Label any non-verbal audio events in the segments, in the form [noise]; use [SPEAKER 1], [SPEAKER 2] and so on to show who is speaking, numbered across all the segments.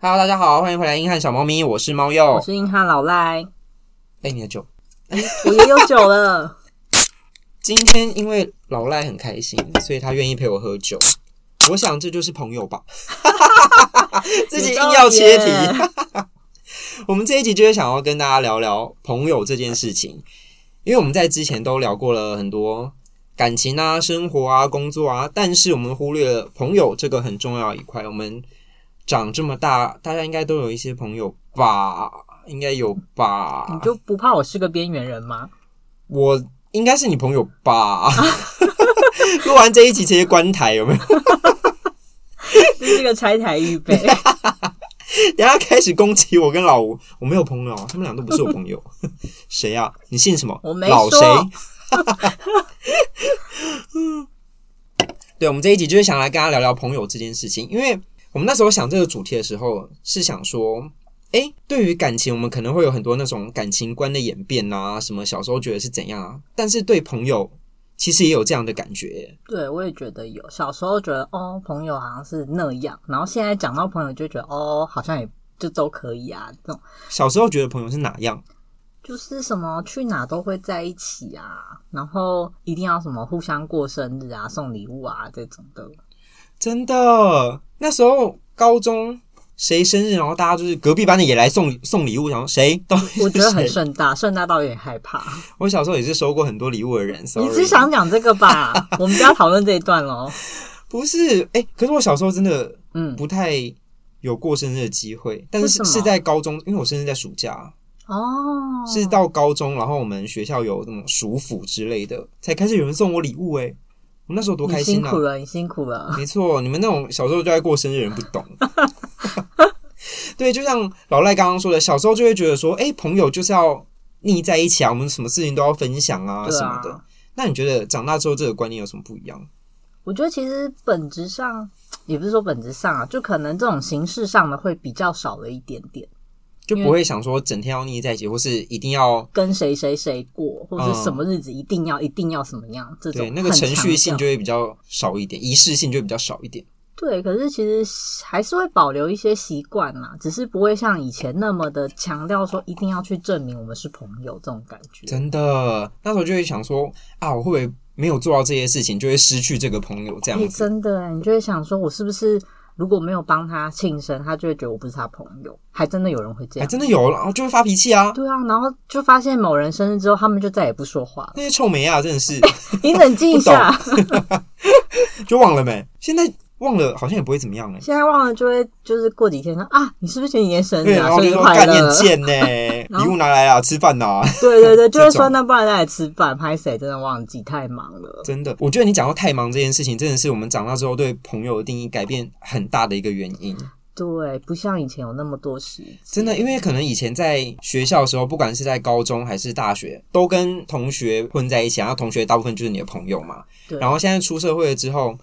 [SPEAKER 1] Hello，大家好，欢迎回来《硬汉小猫咪》，我是猫
[SPEAKER 2] 我
[SPEAKER 1] 鼬。
[SPEAKER 2] 是硬汉老赖，
[SPEAKER 1] 哎，你的酒。
[SPEAKER 2] 我也有酒了。
[SPEAKER 1] 今天因为老赖很开心，所以他愿意陪我喝酒。我想这就是朋友吧， [laughs] 自己硬要切题。我们这一集就是想要跟大家聊聊朋友这件事情，因为我们在之前都聊过了很多感情啊、生活啊、工作啊，但是我们忽略了朋友这个很重要的一块。我们长这么大，大家应该都有一些朋友吧？应该有吧？
[SPEAKER 2] [laughs] 你就不怕我是个边缘人吗？
[SPEAKER 1] 我应该是你朋友吧？ [laughs] 录完这一集直接关台有没有？
[SPEAKER 2] 这是个拆台
[SPEAKER 1] [laughs]
[SPEAKER 2] 预备，
[SPEAKER 1] 等一下开始攻击我跟老吴，我没有朋友，啊他们俩都不是我朋友。 [laughs] 谁啊？你姓什么？
[SPEAKER 2] 我没
[SPEAKER 1] 老
[SPEAKER 2] 说
[SPEAKER 1] 谁？ [laughs] 对，我们这一集就是想来跟大家聊聊朋友这件事情，因为我们那时候想这个主题的时候，是想说，诶，对于感情，我们可能会有很多那种感情观的演变啊，什么小时候觉得是怎样啊，但是对朋友其实也有这样的感觉耶、
[SPEAKER 2] 对我也觉得有。小时候觉得哦，朋友好像是那样，然后现在讲到朋友就觉得哦，好像也就都可以啊，这种
[SPEAKER 1] 小时候觉得朋友是哪样？
[SPEAKER 2] 就是什么去哪都会在一起啊，然后一定要什么互相过生日啊、送礼物啊这种
[SPEAKER 1] [laughs]
[SPEAKER 2] 的。
[SPEAKER 1] 真的，那时候高中谁生日，然后大家就是隔壁班的也来送送礼物，然后谁 [laughs] 都
[SPEAKER 2] 我觉得很
[SPEAKER 1] 谁。
[SPEAKER 2] 盛大，盛大到有点害怕。
[SPEAKER 1] 我小时候也是收过很多礼物的人，sorry。
[SPEAKER 2] 你只想讲这个吧？我们不要讨论这一段喽。
[SPEAKER 1] 不是？哎、可是我小时候真的
[SPEAKER 2] 嗯，
[SPEAKER 1] 不太有过生日的机会，但
[SPEAKER 2] 为
[SPEAKER 1] 是
[SPEAKER 2] 什么
[SPEAKER 1] 是在高中，因为我生日在暑假，
[SPEAKER 2] 哦，
[SPEAKER 1] 是到高中，然后我们学校有那种暑辅之类的，才开始有人送我礼物、诶哎，我那时候多
[SPEAKER 2] 你
[SPEAKER 1] 开
[SPEAKER 2] 辛
[SPEAKER 1] 心啊
[SPEAKER 2] 苦！了，你辛苦了。
[SPEAKER 1] 没错，你们那种小时候就在过生日的人不懂。 [laughs] 对，就像老赖刚刚说的，小时候就会觉得说，哎、朋友就是要腻在一起啊，我们什么事情都要分享啊
[SPEAKER 2] 对
[SPEAKER 1] 什么的
[SPEAKER 2] 啊。，
[SPEAKER 1] 那你觉得长大之后这个观念有什么不一样？
[SPEAKER 2] 我觉得其实本质上也不是说本质上啊，就可能这种形式上的会比较少了一点点，
[SPEAKER 1] 就
[SPEAKER 2] 因
[SPEAKER 1] 不
[SPEAKER 2] 为
[SPEAKER 1] 会想说整天要腻在一起，或是一定要
[SPEAKER 2] 跟谁谁谁过，或者
[SPEAKER 1] 嗯
[SPEAKER 2] 是什么日子一定要、一定要什么样这种
[SPEAKER 1] 对那个
[SPEAKER 2] 很
[SPEAKER 1] 程序性
[SPEAKER 2] 常
[SPEAKER 1] 就
[SPEAKER 2] 见
[SPEAKER 1] 会比较少一点，仪式性就会比较少一点。
[SPEAKER 2] 对。可是其实还是会保留一些习惯啦，只是不会像以前那么的强调说一定要去证明我们是朋友这种感觉。
[SPEAKER 1] 真的，那时候就会想说啊，我会不会没有做到这些事情，就会失去这个朋友这
[SPEAKER 2] 哎、
[SPEAKER 1] 样子？
[SPEAKER 2] 真的欸，你就会想说，我是不是如果没有帮他庆生，他就会觉得我不是他朋友？还真的有人会这
[SPEAKER 1] 哎，
[SPEAKER 2] 样。
[SPEAKER 1] 真的有，然后就会发脾气啊。
[SPEAKER 2] 对啊，然后就发现某人生日之后，他们就再也不说话
[SPEAKER 1] [laughs]
[SPEAKER 2] 了。
[SPEAKER 1] 那些臭美啊，真的是。
[SPEAKER 2] 你冷静一下，
[SPEAKER 1] 就忘了没？现在忘了好像也不会怎么样哎、
[SPEAKER 2] 现在忘了就会就是过几天说啊，你是不是前几天生日
[SPEAKER 1] 对，
[SPEAKER 2] 啊？
[SPEAKER 1] 然后
[SPEAKER 2] 生
[SPEAKER 1] 就
[SPEAKER 2] 日
[SPEAKER 1] 说干
[SPEAKER 2] 快乐
[SPEAKER 1] 念！贱呢，
[SPEAKER 2] [laughs] 然
[SPEAKER 1] 礼
[SPEAKER 2] 后
[SPEAKER 1] 物拿来啊，吃饭呐、
[SPEAKER 2] 对对对，就是
[SPEAKER 1] [laughs] 这种
[SPEAKER 2] 说那不然再来吃饭，拍谁真的忘记太忙了。
[SPEAKER 1] 真的，我觉得你讲到太忙这件事情，真的是我们长大之后对朋友的定义改变很大的一个原因。
[SPEAKER 2] 对，不像以前有那么多时间，
[SPEAKER 1] 真的，因为可能以前在学校的时候，不管是在高中还是大学，都跟同学混在一起，然后同学大部分就是你的朋友嘛。
[SPEAKER 2] 对
[SPEAKER 1] 然后现在出社会了之后，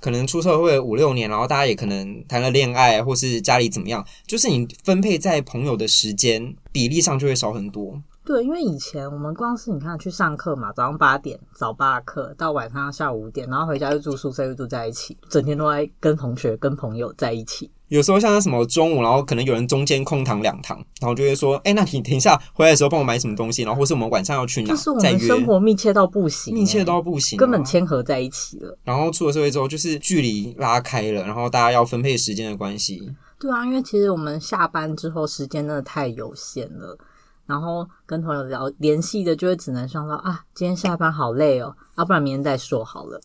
[SPEAKER 1] 可能出社会五六年，然后大家也可能谈了恋爱，或是家里怎么样，就是你分配在朋友的时间比例上就会少很多。
[SPEAKER 2] 对，因为以前我们光是你看去上课嘛，早上八点早八课到晚上下午五点，然后回家就住宿舍又住在一起，整天都在跟同学跟朋友在一起。
[SPEAKER 1] 有时候像是什么中午，然后可能有人中间空堂两堂，然后就会说，哎、那你等一下回来的时候帮我买什么东西，然后或是我们晚上要去哪
[SPEAKER 2] 就是我
[SPEAKER 1] 再
[SPEAKER 2] 们
[SPEAKER 1] 约，
[SPEAKER 2] 生活密切到不行、
[SPEAKER 1] 密切
[SPEAKER 2] 欸
[SPEAKER 1] 到不行、啊
[SPEAKER 2] 根本。牵合在一起了。
[SPEAKER 1] 然后出了社会之后，就是距离拉开了，然后大家要分配时间的关系， [laughs]
[SPEAKER 2] 对啊，因为其实我们下班之后时间真的太有限了，然后跟朋友聊联系的就会只能上到啊，今天下班好累哦，要、不然明天再说好了。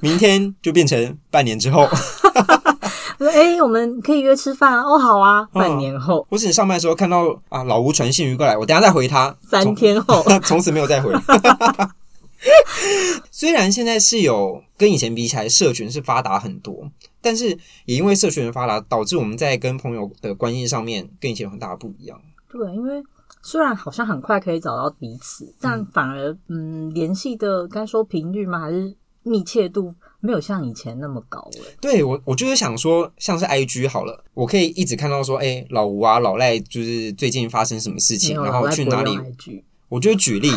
[SPEAKER 1] 明天就变成半年之后， [laughs]
[SPEAKER 2] 说哎、我们可以约吃饭啊哦，好啊，
[SPEAKER 1] 嗯
[SPEAKER 2] 半年后、
[SPEAKER 1] 或是你上班的时候看到啊老吴传信鱼过来，我等一下再回他，
[SPEAKER 2] 三天
[SPEAKER 1] [laughs]
[SPEAKER 2] 后，
[SPEAKER 1] 从从此没有再回。虽然现在是有跟以前比起来，社群是发达很多，但是也因为社群的发达，导致我们在跟朋友的关系上面跟以前有很大的不一样。
[SPEAKER 2] 对，因为虽然好像很快可以找到彼此，但反而嗯，联系的该说频率吗，还是密切度没有像以前那么高了。
[SPEAKER 1] 对我，我就是想说，像是 I G 好了，我可以一直看到说，哎、老吴啊，老赖就是最近发生什么事
[SPEAKER 2] 没
[SPEAKER 1] 情，
[SPEAKER 2] 有
[SPEAKER 1] 然
[SPEAKER 2] 了，我
[SPEAKER 1] 后
[SPEAKER 2] 来
[SPEAKER 1] 去
[SPEAKER 2] 不
[SPEAKER 1] 哪
[SPEAKER 2] 用
[SPEAKER 1] 里，
[SPEAKER 2] IG
[SPEAKER 1] 我就举例，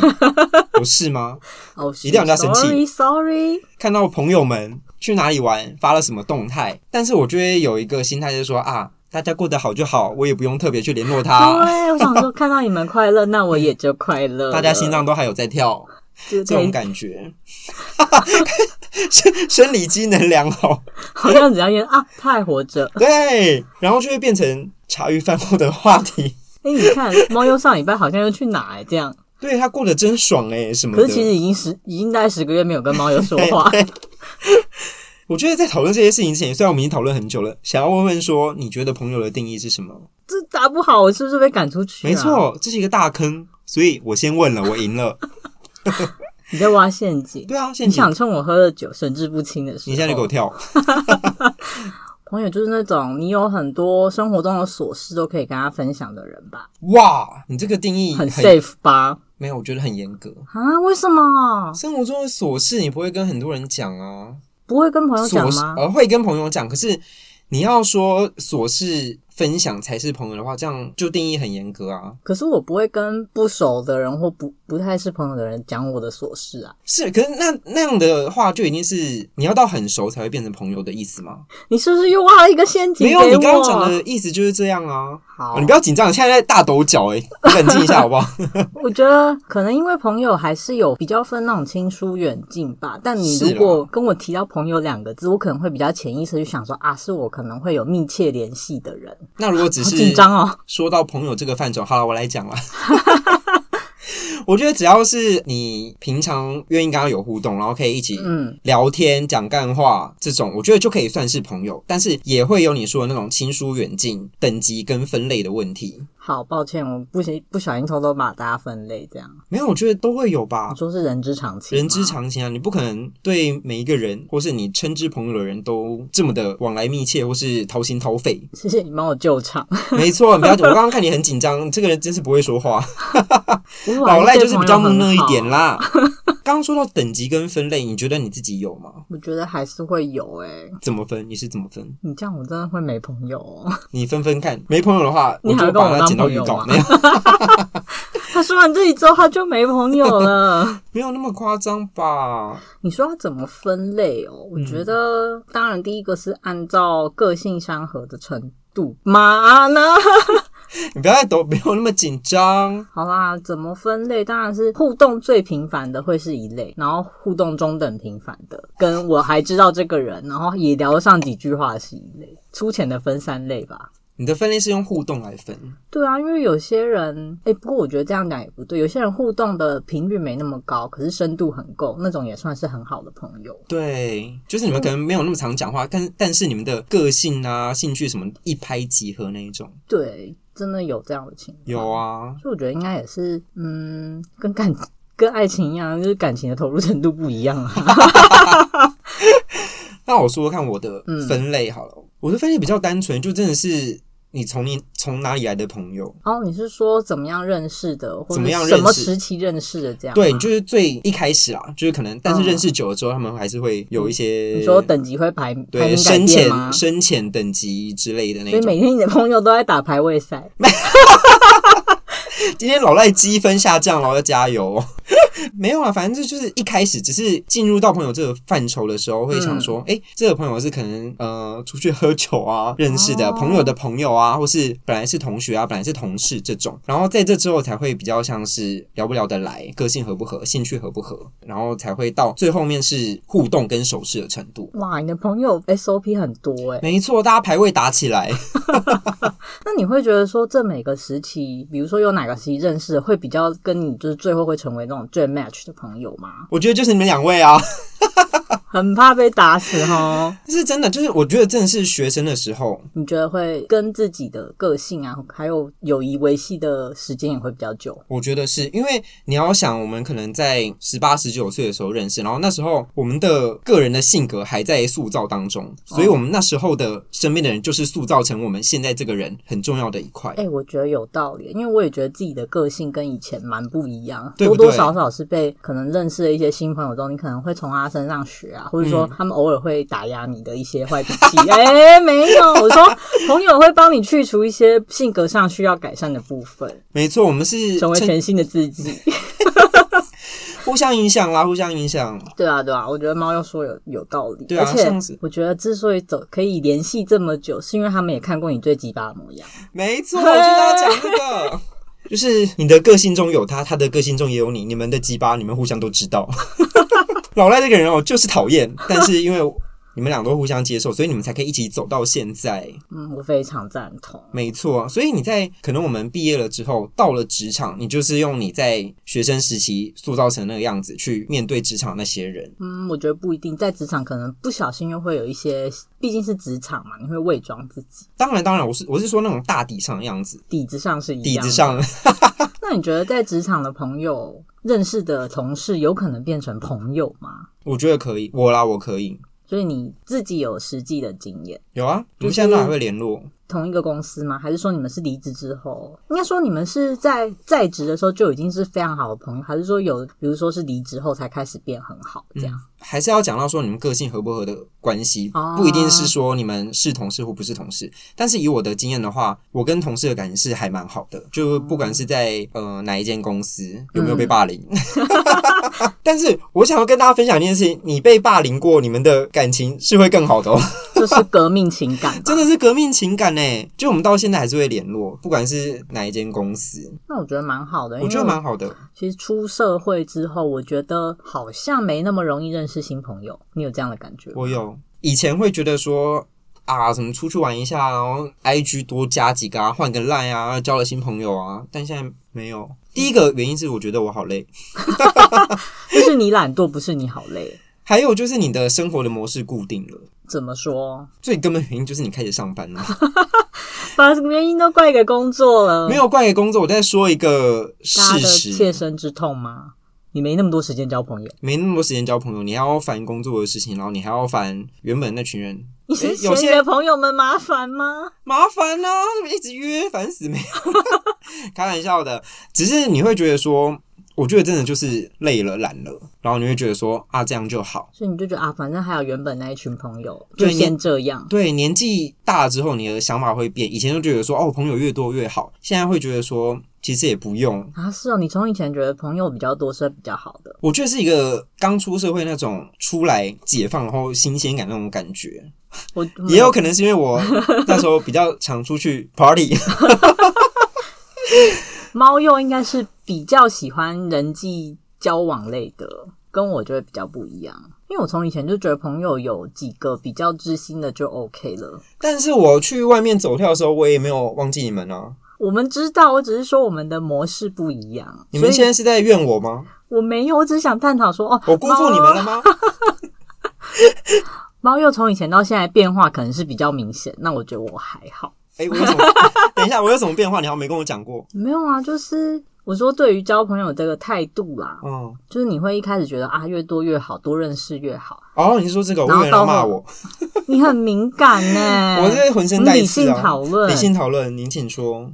[SPEAKER 1] 不是吗？
[SPEAKER 2] 哦，
[SPEAKER 1] 一定要人家生气
[SPEAKER 2] Sorry，Sorry，
[SPEAKER 1] 看到朋友们去哪里玩，发了什么动态，但是我就会有一个心态，就是说啊，大家过得好就好，我也不用特别去联络 [laughs] 他。
[SPEAKER 2] 对，我想说看到你们快乐，那我也就快乐了。
[SPEAKER 1] 啊大家心脏都还有在跳，
[SPEAKER 2] 这
[SPEAKER 1] 这
[SPEAKER 2] [laughs]
[SPEAKER 1] 种感觉， [laughs] 生生理机能良好，
[SPEAKER 2] 好像只要因为啊，他还活着。
[SPEAKER 1] 对，然后就会变成茶余饭后的话题。
[SPEAKER 2] 哎、你看猫又上礼拜好像又去哪、欸、这样，
[SPEAKER 1] 对他过得真爽哎、什么
[SPEAKER 2] 可
[SPEAKER 1] 的。
[SPEAKER 2] 是其实已经十已经大概十个月没有跟猫又说
[SPEAKER 1] [laughs]
[SPEAKER 2] 话。
[SPEAKER 1] 我觉得在讨论这些事情之前，虽然我们已经讨论很久了，想要问问说，你觉得朋友的定义是什么？
[SPEAKER 2] 这答不好，我是不是被赶出去、啊？
[SPEAKER 1] 没，错，这是一个大坑，所以我先问了，我赢
[SPEAKER 2] [laughs]
[SPEAKER 1] 了。
[SPEAKER 2] 你在挖陷阱。
[SPEAKER 1] 对啊，现
[SPEAKER 2] 你
[SPEAKER 1] 在
[SPEAKER 2] 想哦趁我喝了酒神志不清的时候，
[SPEAKER 1] 你现在就给我跳，
[SPEAKER 2] 朋友就是那种你有很多生活中的琐事都可以跟他分享的人吧，
[SPEAKER 1] 哇，你这个定义
[SPEAKER 2] 很 safe 吧？
[SPEAKER 1] 没有，我觉得很严格。
[SPEAKER 2] 啊，为什么
[SPEAKER 1] 生活中的琐事你不会跟很多人讲啊，
[SPEAKER 2] 不会跟朋友讲
[SPEAKER 1] 琐事
[SPEAKER 2] 吗？
[SPEAKER 1] 呃会跟朋友讲，可是你要说琐事分享才是朋友的话，这样就定义很严格啊。
[SPEAKER 2] 可是我不会跟不熟的人或不不太是朋友的人讲我的琐事啊。
[SPEAKER 1] 是，可是那那样的话就已经是你要到很熟才会变成朋友的意思吗？
[SPEAKER 2] 你是不是又挖了一个陷阱
[SPEAKER 1] 没
[SPEAKER 2] 给
[SPEAKER 1] 有，
[SPEAKER 2] 我？
[SPEAKER 1] 你刚刚讲的意思就是这样啊。
[SPEAKER 2] 好
[SPEAKER 1] 哦、你不要紧张，你现在在大抖脚哎、你冷静一下好不好？ [laughs]
[SPEAKER 2] 我觉得可能因为朋友还是有比较分那种亲疏远近吧，但你
[SPEAKER 1] 是
[SPEAKER 2] 如
[SPEAKER 1] 啦
[SPEAKER 2] 果跟我提到朋友两个字，我可能会比较潜意识去想说啊，是我可能会有密切联系的人，
[SPEAKER 1] 那如果只
[SPEAKER 2] 好
[SPEAKER 1] 是
[SPEAKER 2] 紧张哦。
[SPEAKER 1] 说到朋友这个范畴，好了，我来讲了。 [laughs] 我觉得只要是你平常愿意跟他有互动，然后可以一起
[SPEAKER 2] 嗯，
[SPEAKER 1] 聊天、讲干话这种，我觉得就可以算是朋友。但是也会有你说的那种亲疏远近、等级跟分类的问题。
[SPEAKER 2] 好，抱歉，我不小不小心偷偷把大家分类这样，
[SPEAKER 1] 没有，我觉得都会有吧
[SPEAKER 2] 你。说是人之常情，
[SPEAKER 1] 人之。常情啊，你不可能对每一个人，或是你称之朋友的人都这么的往来密切，或是掏心掏肺。 [laughs]
[SPEAKER 2] 谢谢你帮我救场，
[SPEAKER 1] 没错，你不要紧，我刚刚看你很紧张，这个人真是不会说话。老
[SPEAKER 2] 老
[SPEAKER 1] 赖就是比较木讷一点
[SPEAKER 2] 啦。
[SPEAKER 1] 啦。 [laughs] 刚刚说到等级跟分类，你觉得你自己有吗？
[SPEAKER 2] 我觉得还是会有欸诶、
[SPEAKER 1] 怎么分？你是怎么分？
[SPEAKER 2] 你这样我真的会没朋友哦。
[SPEAKER 1] 你分分看。没朋友的话，
[SPEAKER 2] 你
[SPEAKER 1] 我
[SPEAKER 2] 还
[SPEAKER 1] 就
[SPEAKER 2] 跟我
[SPEAKER 1] 把它
[SPEAKER 2] 当
[SPEAKER 1] 剪到
[SPEAKER 2] 朋
[SPEAKER 1] 预
[SPEAKER 2] 友
[SPEAKER 1] 告。
[SPEAKER 2] 吗
[SPEAKER 1] 没有，
[SPEAKER 2] 他说完这里之后，他就没朋友了。
[SPEAKER 1] 没有那么夸张吧？
[SPEAKER 2] 你说要怎么分类哦？我
[SPEAKER 1] 嗯
[SPEAKER 2] 觉得，当然第一个是按照个性相合的程度嘛呢。
[SPEAKER 1] 你不要再抖，没有那么紧张。
[SPEAKER 2] [laughs] 好啦，怎么分类？当然是互动最频繁的会是一类，然后互动中等频繁的，跟我还知道这个人，然后也聊得上几句话是一类。粗浅的分三类吧。
[SPEAKER 1] 你的分类是用互动来分，
[SPEAKER 2] 对啊，因为有些人，哎、不过我觉得这样讲也不对。有些人互动的频率没那么高，可是深度很够，那种也算是很好的朋友。
[SPEAKER 1] 对，就是你们可能没有那么常讲话，但但是你们的个性啊、兴趣什么一拍即合那一种。
[SPEAKER 2] 对，真的有这样的情况。
[SPEAKER 1] 有啊，
[SPEAKER 2] 所以我觉得应该也是，嗯，跟感 [laughs] 跟爱情一样，就是感情的投入程度不一样啊。 [laughs]
[SPEAKER 1] 那我说说看我的
[SPEAKER 2] 嗯
[SPEAKER 1] 分类好了，我的分类比较单纯，就真的是你从你从哪里来的朋友。
[SPEAKER 2] 哦，你是说怎么样认识的，或
[SPEAKER 1] 怎么
[SPEAKER 2] 者
[SPEAKER 1] 样认识
[SPEAKER 2] 什么时期认识的这样吗？
[SPEAKER 1] 对，就是最一开始啊，就是可能，但是
[SPEAKER 2] 嗯
[SPEAKER 1] 认识久了之后，他们还是会有一些
[SPEAKER 2] 你说等级会排排
[SPEAKER 1] 呃对
[SPEAKER 2] 名改
[SPEAKER 1] 深
[SPEAKER 2] 变
[SPEAKER 1] 浅
[SPEAKER 2] 吗？所
[SPEAKER 1] 深浅等级之类的那
[SPEAKER 2] 以
[SPEAKER 1] 种。
[SPEAKER 2] 每天你的朋友都在打排位赛，
[SPEAKER 1] 今天老赖积分下降了，要加油！ [laughs] 没有啊，反正这就是一开始只是进入到朋友这个范畴的时候，会想说，哎、这个朋友是可能呃出去喝酒啊认识的、
[SPEAKER 2] 哦
[SPEAKER 1] 朋友的朋友啊，或是本来是同学啊，本来是同事这种，然后在这之后才会比较像是聊不聊得来，个性合不合，兴趣合不合，然后才会到最后面是互动跟手势的程度。
[SPEAKER 2] 哇，你的朋友 SOP 很多哎、
[SPEAKER 1] 没错，大家排位打起来。
[SPEAKER 2] 那你会觉得说这每个时期，比如说有哪个时期认识的，会比较跟你就是最后会成为那种最 match 的朋友吗？ [laughs]
[SPEAKER 1] 我觉得就是你们两位啊， [laughs]
[SPEAKER 2] 很怕被打死哦。
[SPEAKER 1] 是真的，就是我觉得真的是学生的时候，
[SPEAKER 2] 你觉得会跟自己的个性啊，还有友谊维系的时间也会比较久。
[SPEAKER 1] 我觉得是因为你要想，我们可能在十八、十九岁的时候认识，然后那时候我们的个人的性格还在塑造当中，所以我们那时候的身边的人就是塑造成我们现在这个人很重要的一块。
[SPEAKER 2] 哎、我觉得有道理，因为我也觉得自己的个性跟以前蛮不一样，
[SPEAKER 1] 对不
[SPEAKER 2] 多多
[SPEAKER 1] 对
[SPEAKER 2] 少少是被可能认识的一些新朋友中，你可能会从他身上学啊，或
[SPEAKER 1] 嗯
[SPEAKER 2] 者说他们偶尔会打压你的一些坏脾气。哎、没有，
[SPEAKER 1] [laughs]
[SPEAKER 2] 我说朋友会帮你去除一些性格上需要改善的部分，
[SPEAKER 1] 没错，我们是
[SPEAKER 2] 成为
[SPEAKER 1] 趁
[SPEAKER 2] 全新的自己。
[SPEAKER 1] 互相影响啦，互相影响。
[SPEAKER 2] [laughs] 对啊，对啊，我觉得猫又说有有道理，
[SPEAKER 1] 对啊
[SPEAKER 2] 而
[SPEAKER 1] 上
[SPEAKER 2] 且
[SPEAKER 1] 次
[SPEAKER 2] 我觉得之所以走可以联系这么久，是因为他们也看过你最鸡巴的模样。
[SPEAKER 1] 没错，我就是要讲这个。就是你的个性中有他，他的个性中也有你，你们的鸡巴你们互相都知道。老赖这个人哦，就是讨厌，但是因为你们俩都互相接受，所以你们才可以一起走到现在。
[SPEAKER 2] 嗯，我非常赞同。
[SPEAKER 1] 没错，所以你在可能我们毕业了之后，到了职场，你就是用你在学生时期塑造成那个样子去面对职场那些人。
[SPEAKER 2] 嗯，我觉得不一定，在职场可能不小心又会有一些，毕竟是职场嘛，你会伪装自己，
[SPEAKER 1] 当然，当然，我是我是说那种大底上的样子，
[SPEAKER 2] 底子上是一
[SPEAKER 1] 底
[SPEAKER 2] 样的。
[SPEAKER 1] 子上
[SPEAKER 2] 那你觉得在职场的朋友认识的同事，有可能变成朋友吗？
[SPEAKER 1] 我觉得可以， [laughs] 我啦我可以，
[SPEAKER 2] 所以你自己有实际的经验，
[SPEAKER 1] 有啊，我
[SPEAKER 2] 就
[SPEAKER 1] 们
[SPEAKER 2] 是
[SPEAKER 1] 现在都还会联络。
[SPEAKER 2] 同一个公司吗？还是说你们是离职之后？应该说你们是在在职的时候就已经是非常好的朋友，还是说有，比如说是离职后才开始变很好这样？
[SPEAKER 1] 还是要讲到说你们个性合不合的关系
[SPEAKER 2] 哦，
[SPEAKER 1] 不一定是说你们是同事或不是同事。但是以我的经验的话，我跟同事的感情是还蛮好的，就不管是在呃哪一间公司有没有被霸凌。 [laughs] 但是我想要跟大家分享一件事情：你被霸凌过，你们的感情是会更好的哦，
[SPEAKER 2] 就是革命情感吧，
[SPEAKER 1] 真的是革命情感呢。就我们到现在还是会联络，不管是哪一间公司，
[SPEAKER 2] [laughs] 那我觉得蛮好的，因
[SPEAKER 1] 我
[SPEAKER 2] 为
[SPEAKER 1] 觉得蛮好的。
[SPEAKER 2] 其实出社会之后，我觉得好像没那么容易认识新朋友。你有这样的感觉吗？
[SPEAKER 1] 我有以前会觉得说啊，什么出去玩一下，然后 I G 多加几个啊，换个 Line 啊，交了新朋友啊，但现在没有。第一个原因是我觉得我好累，
[SPEAKER 2] 就是你懒惰，不是你好累。
[SPEAKER 1] 还有就是你的生活的模式固定了。
[SPEAKER 2] 怎么说？
[SPEAKER 1] 最根本原因就是你开始上班
[SPEAKER 2] [laughs]
[SPEAKER 1] 了，
[SPEAKER 2] 把原因都怪给工作了，
[SPEAKER 1] 没有怪给工作。我再说一个
[SPEAKER 2] 大
[SPEAKER 1] 事
[SPEAKER 2] 家的
[SPEAKER 1] 实，
[SPEAKER 2] 切身之痛吗？你没那么多时间交朋友，
[SPEAKER 1] 没那么多时间交朋友，你还要烦工作的事情，然后你还要烦原本那群人，
[SPEAKER 2] 你是
[SPEAKER 1] 诶
[SPEAKER 2] 嫌
[SPEAKER 1] 有
[SPEAKER 2] 你
[SPEAKER 1] 些
[SPEAKER 2] 的朋友们麻烦吗？
[SPEAKER 1] 麻烦啊，一直约，烦死没有？ [laughs] 开玩笑的，只是你会觉得说，我觉得真的就是累了、懒了，然后你会觉得说啊，这样就好。
[SPEAKER 2] 所以你就觉得啊，反正还有原本那一群朋友，就
[SPEAKER 1] 对你
[SPEAKER 2] 先这样。
[SPEAKER 1] 对，年纪大之后，你的想法会变。以前就觉得说，哦，朋友越多越好，现在会觉得说，其实也不用。
[SPEAKER 2] 啊，是哦，你从以前觉得朋友比较多是比较好的，
[SPEAKER 1] 我觉得是一个刚出社会那种出来解放，然后新鲜感那种感觉，
[SPEAKER 2] 我
[SPEAKER 1] 也有可能是因为我那时候比较常出去 party，
[SPEAKER 2] 猫鼬应该是比较喜欢人际交往类的，跟我就会比较不一样。因为我从以前就觉得朋友有几个比较知心的就 OK 了。
[SPEAKER 1] 但是我去外面走跳的时候，我也没有忘记你们啊。
[SPEAKER 2] 我们知道，我只是说我们的模式不一样。
[SPEAKER 1] 你们
[SPEAKER 2] 所
[SPEAKER 1] 现
[SPEAKER 2] 以
[SPEAKER 1] 在是在怨我吗？
[SPEAKER 2] 我没有，我只是想探讨说，哦，
[SPEAKER 1] [laughs] 我辜负你们了啊吗？
[SPEAKER 2] 啊猫鼬从以前到现在变化可能是比较明显，那我觉得我还好。
[SPEAKER 1] [laughs] 哎、我有
[SPEAKER 2] [laughs]
[SPEAKER 1] 什么？等一下，我有什么变化？你好像没跟我讲过。
[SPEAKER 2] 没有啊，就是我说对于交朋友这个态度啦，
[SPEAKER 1] 嗯，
[SPEAKER 2] 就是你会一开始觉得啊，越多越好，多认识越好。
[SPEAKER 1] 哦，你是说这个，我
[SPEAKER 2] 然后
[SPEAKER 1] 以为要
[SPEAKER 2] 到
[SPEAKER 1] 骂
[SPEAKER 2] 后
[SPEAKER 1] 我，
[SPEAKER 2] 你很敏感
[SPEAKER 1] [laughs]
[SPEAKER 2] 呢、
[SPEAKER 1] 我这浑身
[SPEAKER 2] 我们
[SPEAKER 1] 带
[SPEAKER 2] 理
[SPEAKER 1] 刺
[SPEAKER 2] 性
[SPEAKER 1] 啊。
[SPEAKER 2] 讨论，
[SPEAKER 1] 理性讨论，您请说。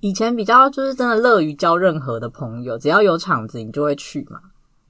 [SPEAKER 2] 以前比较就是真的乐于交任何的朋友，只要有场子你就会去嘛，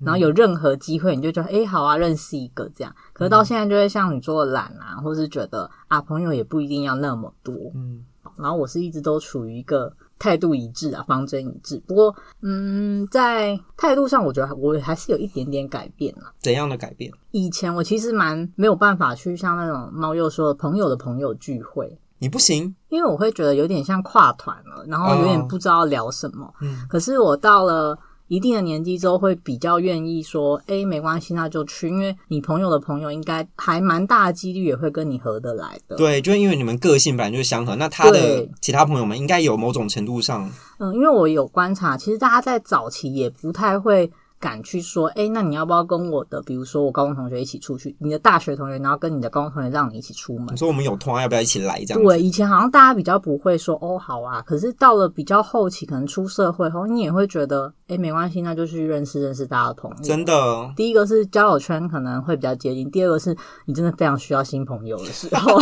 [SPEAKER 1] 嗯
[SPEAKER 2] 然后有任何机会你就觉得哎、诶好啊，认识一个这样。可是到现在就会像你说的懒啊，或是觉得啊朋友也不一定要那么多。
[SPEAKER 1] 嗯，
[SPEAKER 2] 然后我是一直都处于一个态度一致啊，方针一致。不过嗯，在态度上我觉得我还是有一点点改变啊。
[SPEAKER 1] 怎样的改变？
[SPEAKER 2] 以前我其实蛮没有办法去像那种猫又说的朋友的朋友聚会，
[SPEAKER 1] 你不行，
[SPEAKER 2] 因为我会觉得有点像跨团了，然后有点
[SPEAKER 1] 哦
[SPEAKER 2] 不知道聊什么。
[SPEAKER 1] 嗯
[SPEAKER 2] 可是我到了一定的年纪之后，会比较愿意说，哎，没关系，那就去，因为你朋友的朋友应该还蛮大的几率也会跟你合得来的。，
[SPEAKER 1] 对，就因为你们个性本来就相合，那他的
[SPEAKER 2] 对
[SPEAKER 1] 其他朋友们应该有某种程度上，
[SPEAKER 2] 嗯，因为我有观察，其实大家在早期也不太会。敢去说，哎、那你要不要跟我的，比如说我高中同学一起出去，你的大学同学，然后跟你的高中同学让你一起出门
[SPEAKER 1] 你，说我们有通啊，要不要一起来这样
[SPEAKER 2] 对，
[SPEAKER 1] 子？
[SPEAKER 2] 以前好像大家比较不会说哦好啊，可是到了比较后期，可能出社会后，你也会觉得哎没关系，那就去认识认识大家的朋友。
[SPEAKER 1] 真，的，
[SPEAKER 2] 第一个是交友圈可能会比较接近，第二个是你真的非常需要新朋友的时
[SPEAKER 1] [laughs]
[SPEAKER 2] 候。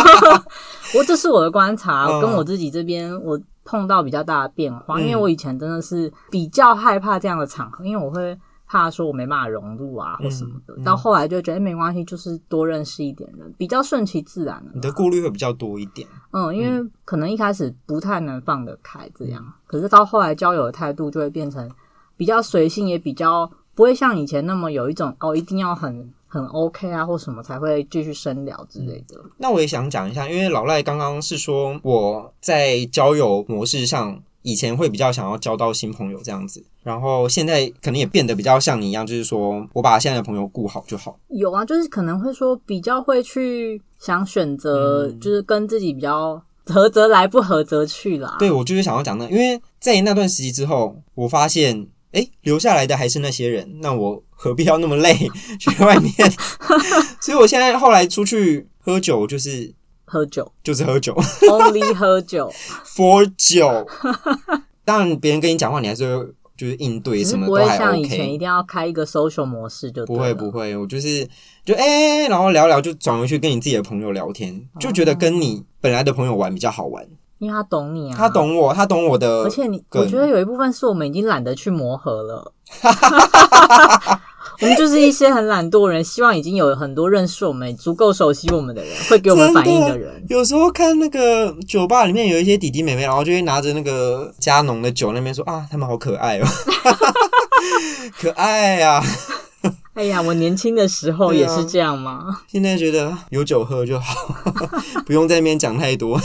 [SPEAKER 2] 我这是我的观察，
[SPEAKER 1] 嗯
[SPEAKER 2] 跟我自己这边我碰到比较大的变化，因为我以前真的是比较害怕这样的场合，因为我会。怕说我没办法融入啊，或什么的，
[SPEAKER 1] 嗯嗯
[SPEAKER 2] 到后来就觉得、哎没关系，就是多认识一点人，比较顺其自然了啊
[SPEAKER 1] 你的顾虑会比较多一点。
[SPEAKER 2] 嗯，因为可能一开始不太能放得开这样，可是到后来交友的态度就会变成比较随性，也比较不会像以前那么有一种哦，一定要很很 OK 啊或什么才会继续深聊之类的。
[SPEAKER 1] 那我也想讲一下，因为老赖刚刚是说我在交友模式上，以前会比较想要交到新朋友这样子，然后现在可能也变得比较像你一样，就是说我把现在的朋友顾好就好。
[SPEAKER 2] 有啊，就是可能会说比较会去想选择，就是跟自己比较合则来，不合则去啦。
[SPEAKER 1] 对，我就是想要讲那，因为在那段时期之后，我发现。哎，留下来的还是那些人，那我何必要那么累去外面？所以我现在后来出去喝酒，就是 [laughs]
[SPEAKER 2] 喝 [laughs] 酒
[SPEAKER 1] 就是喝酒 [laughs]
[SPEAKER 2] ，only 喝酒，
[SPEAKER 1] ，for 酒。当然，别人跟你讲话，你还是会就是应对
[SPEAKER 2] 只
[SPEAKER 1] 什
[SPEAKER 2] 是
[SPEAKER 1] 么
[SPEAKER 2] 不
[SPEAKER 1] 都
[SPEAKER 2] 会
[SPEAKER 1] 还
[SPEAKER 2] 像以
[SPEAKER 1] OK。
[SPEAKER 2] 前一定要开一个 social 模式就
[SPEAKER 1] 不
[SPEAKER 2] 对啊
[SPEAKER 1] 会
[SPEAKER 2] 了
[SPEAKER 1] 不会，我就是就哎、然后聊聊，就转回去跟你自己的朋友聊天，就觉得跟你本来的朋友玩比较好玩。
[SPEAKER 2] 因为他懂哦你啊，
[SPEAKER 1] 他。懂我，他懂我的，
[SPEAKER 2] 而且你，
[SPEAKER 1] 梗
[SPEAKER 2] 我觉得有一部分是我们已经懒得去磨
[SPEAKER 1] [laughs]
[SPEAKER 2] 合了。我们就是一些很懒惰的人，希望已经有很多认识我们、足够熟悉我们的人，会给我们反应的人。
[SPEAKER 1] 有时候看那个酒吧里面有一些弟弟妹妹，然后就会拿着那个加浓的酒那边说啊，他们好可爱
[SPEAKER 2] [laughs]
[SPEAKER 1] 哦，可爱呀、啊！
[SPEAKER 2] 哎呀，我年轻的时候
[SPEAKER 1] 对
[SPEAKER 2] 也
[SPEAKER 1] 啊
[SPEAKER 2] 是这样吗？
[SPEAKER 1] 现在觉得有酒喝就好， [laughs] 不用在那边讲太多。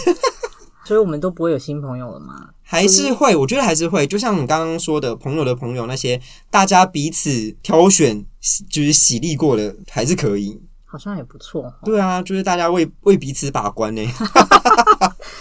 [SPEAKER 2] 所以我们都不会有新朋友了吗？
[SPEAKER 1] 还是会，我觉得还是会，就像你刚刚说的，朋友的朋友那些，大家彼此挑选，就是洗礼过的，还是可以。
[SPEAKER 2] 好像也不错哦，
[SPEAKER 1] 对啊，就是大家为为彼此把关呢、欸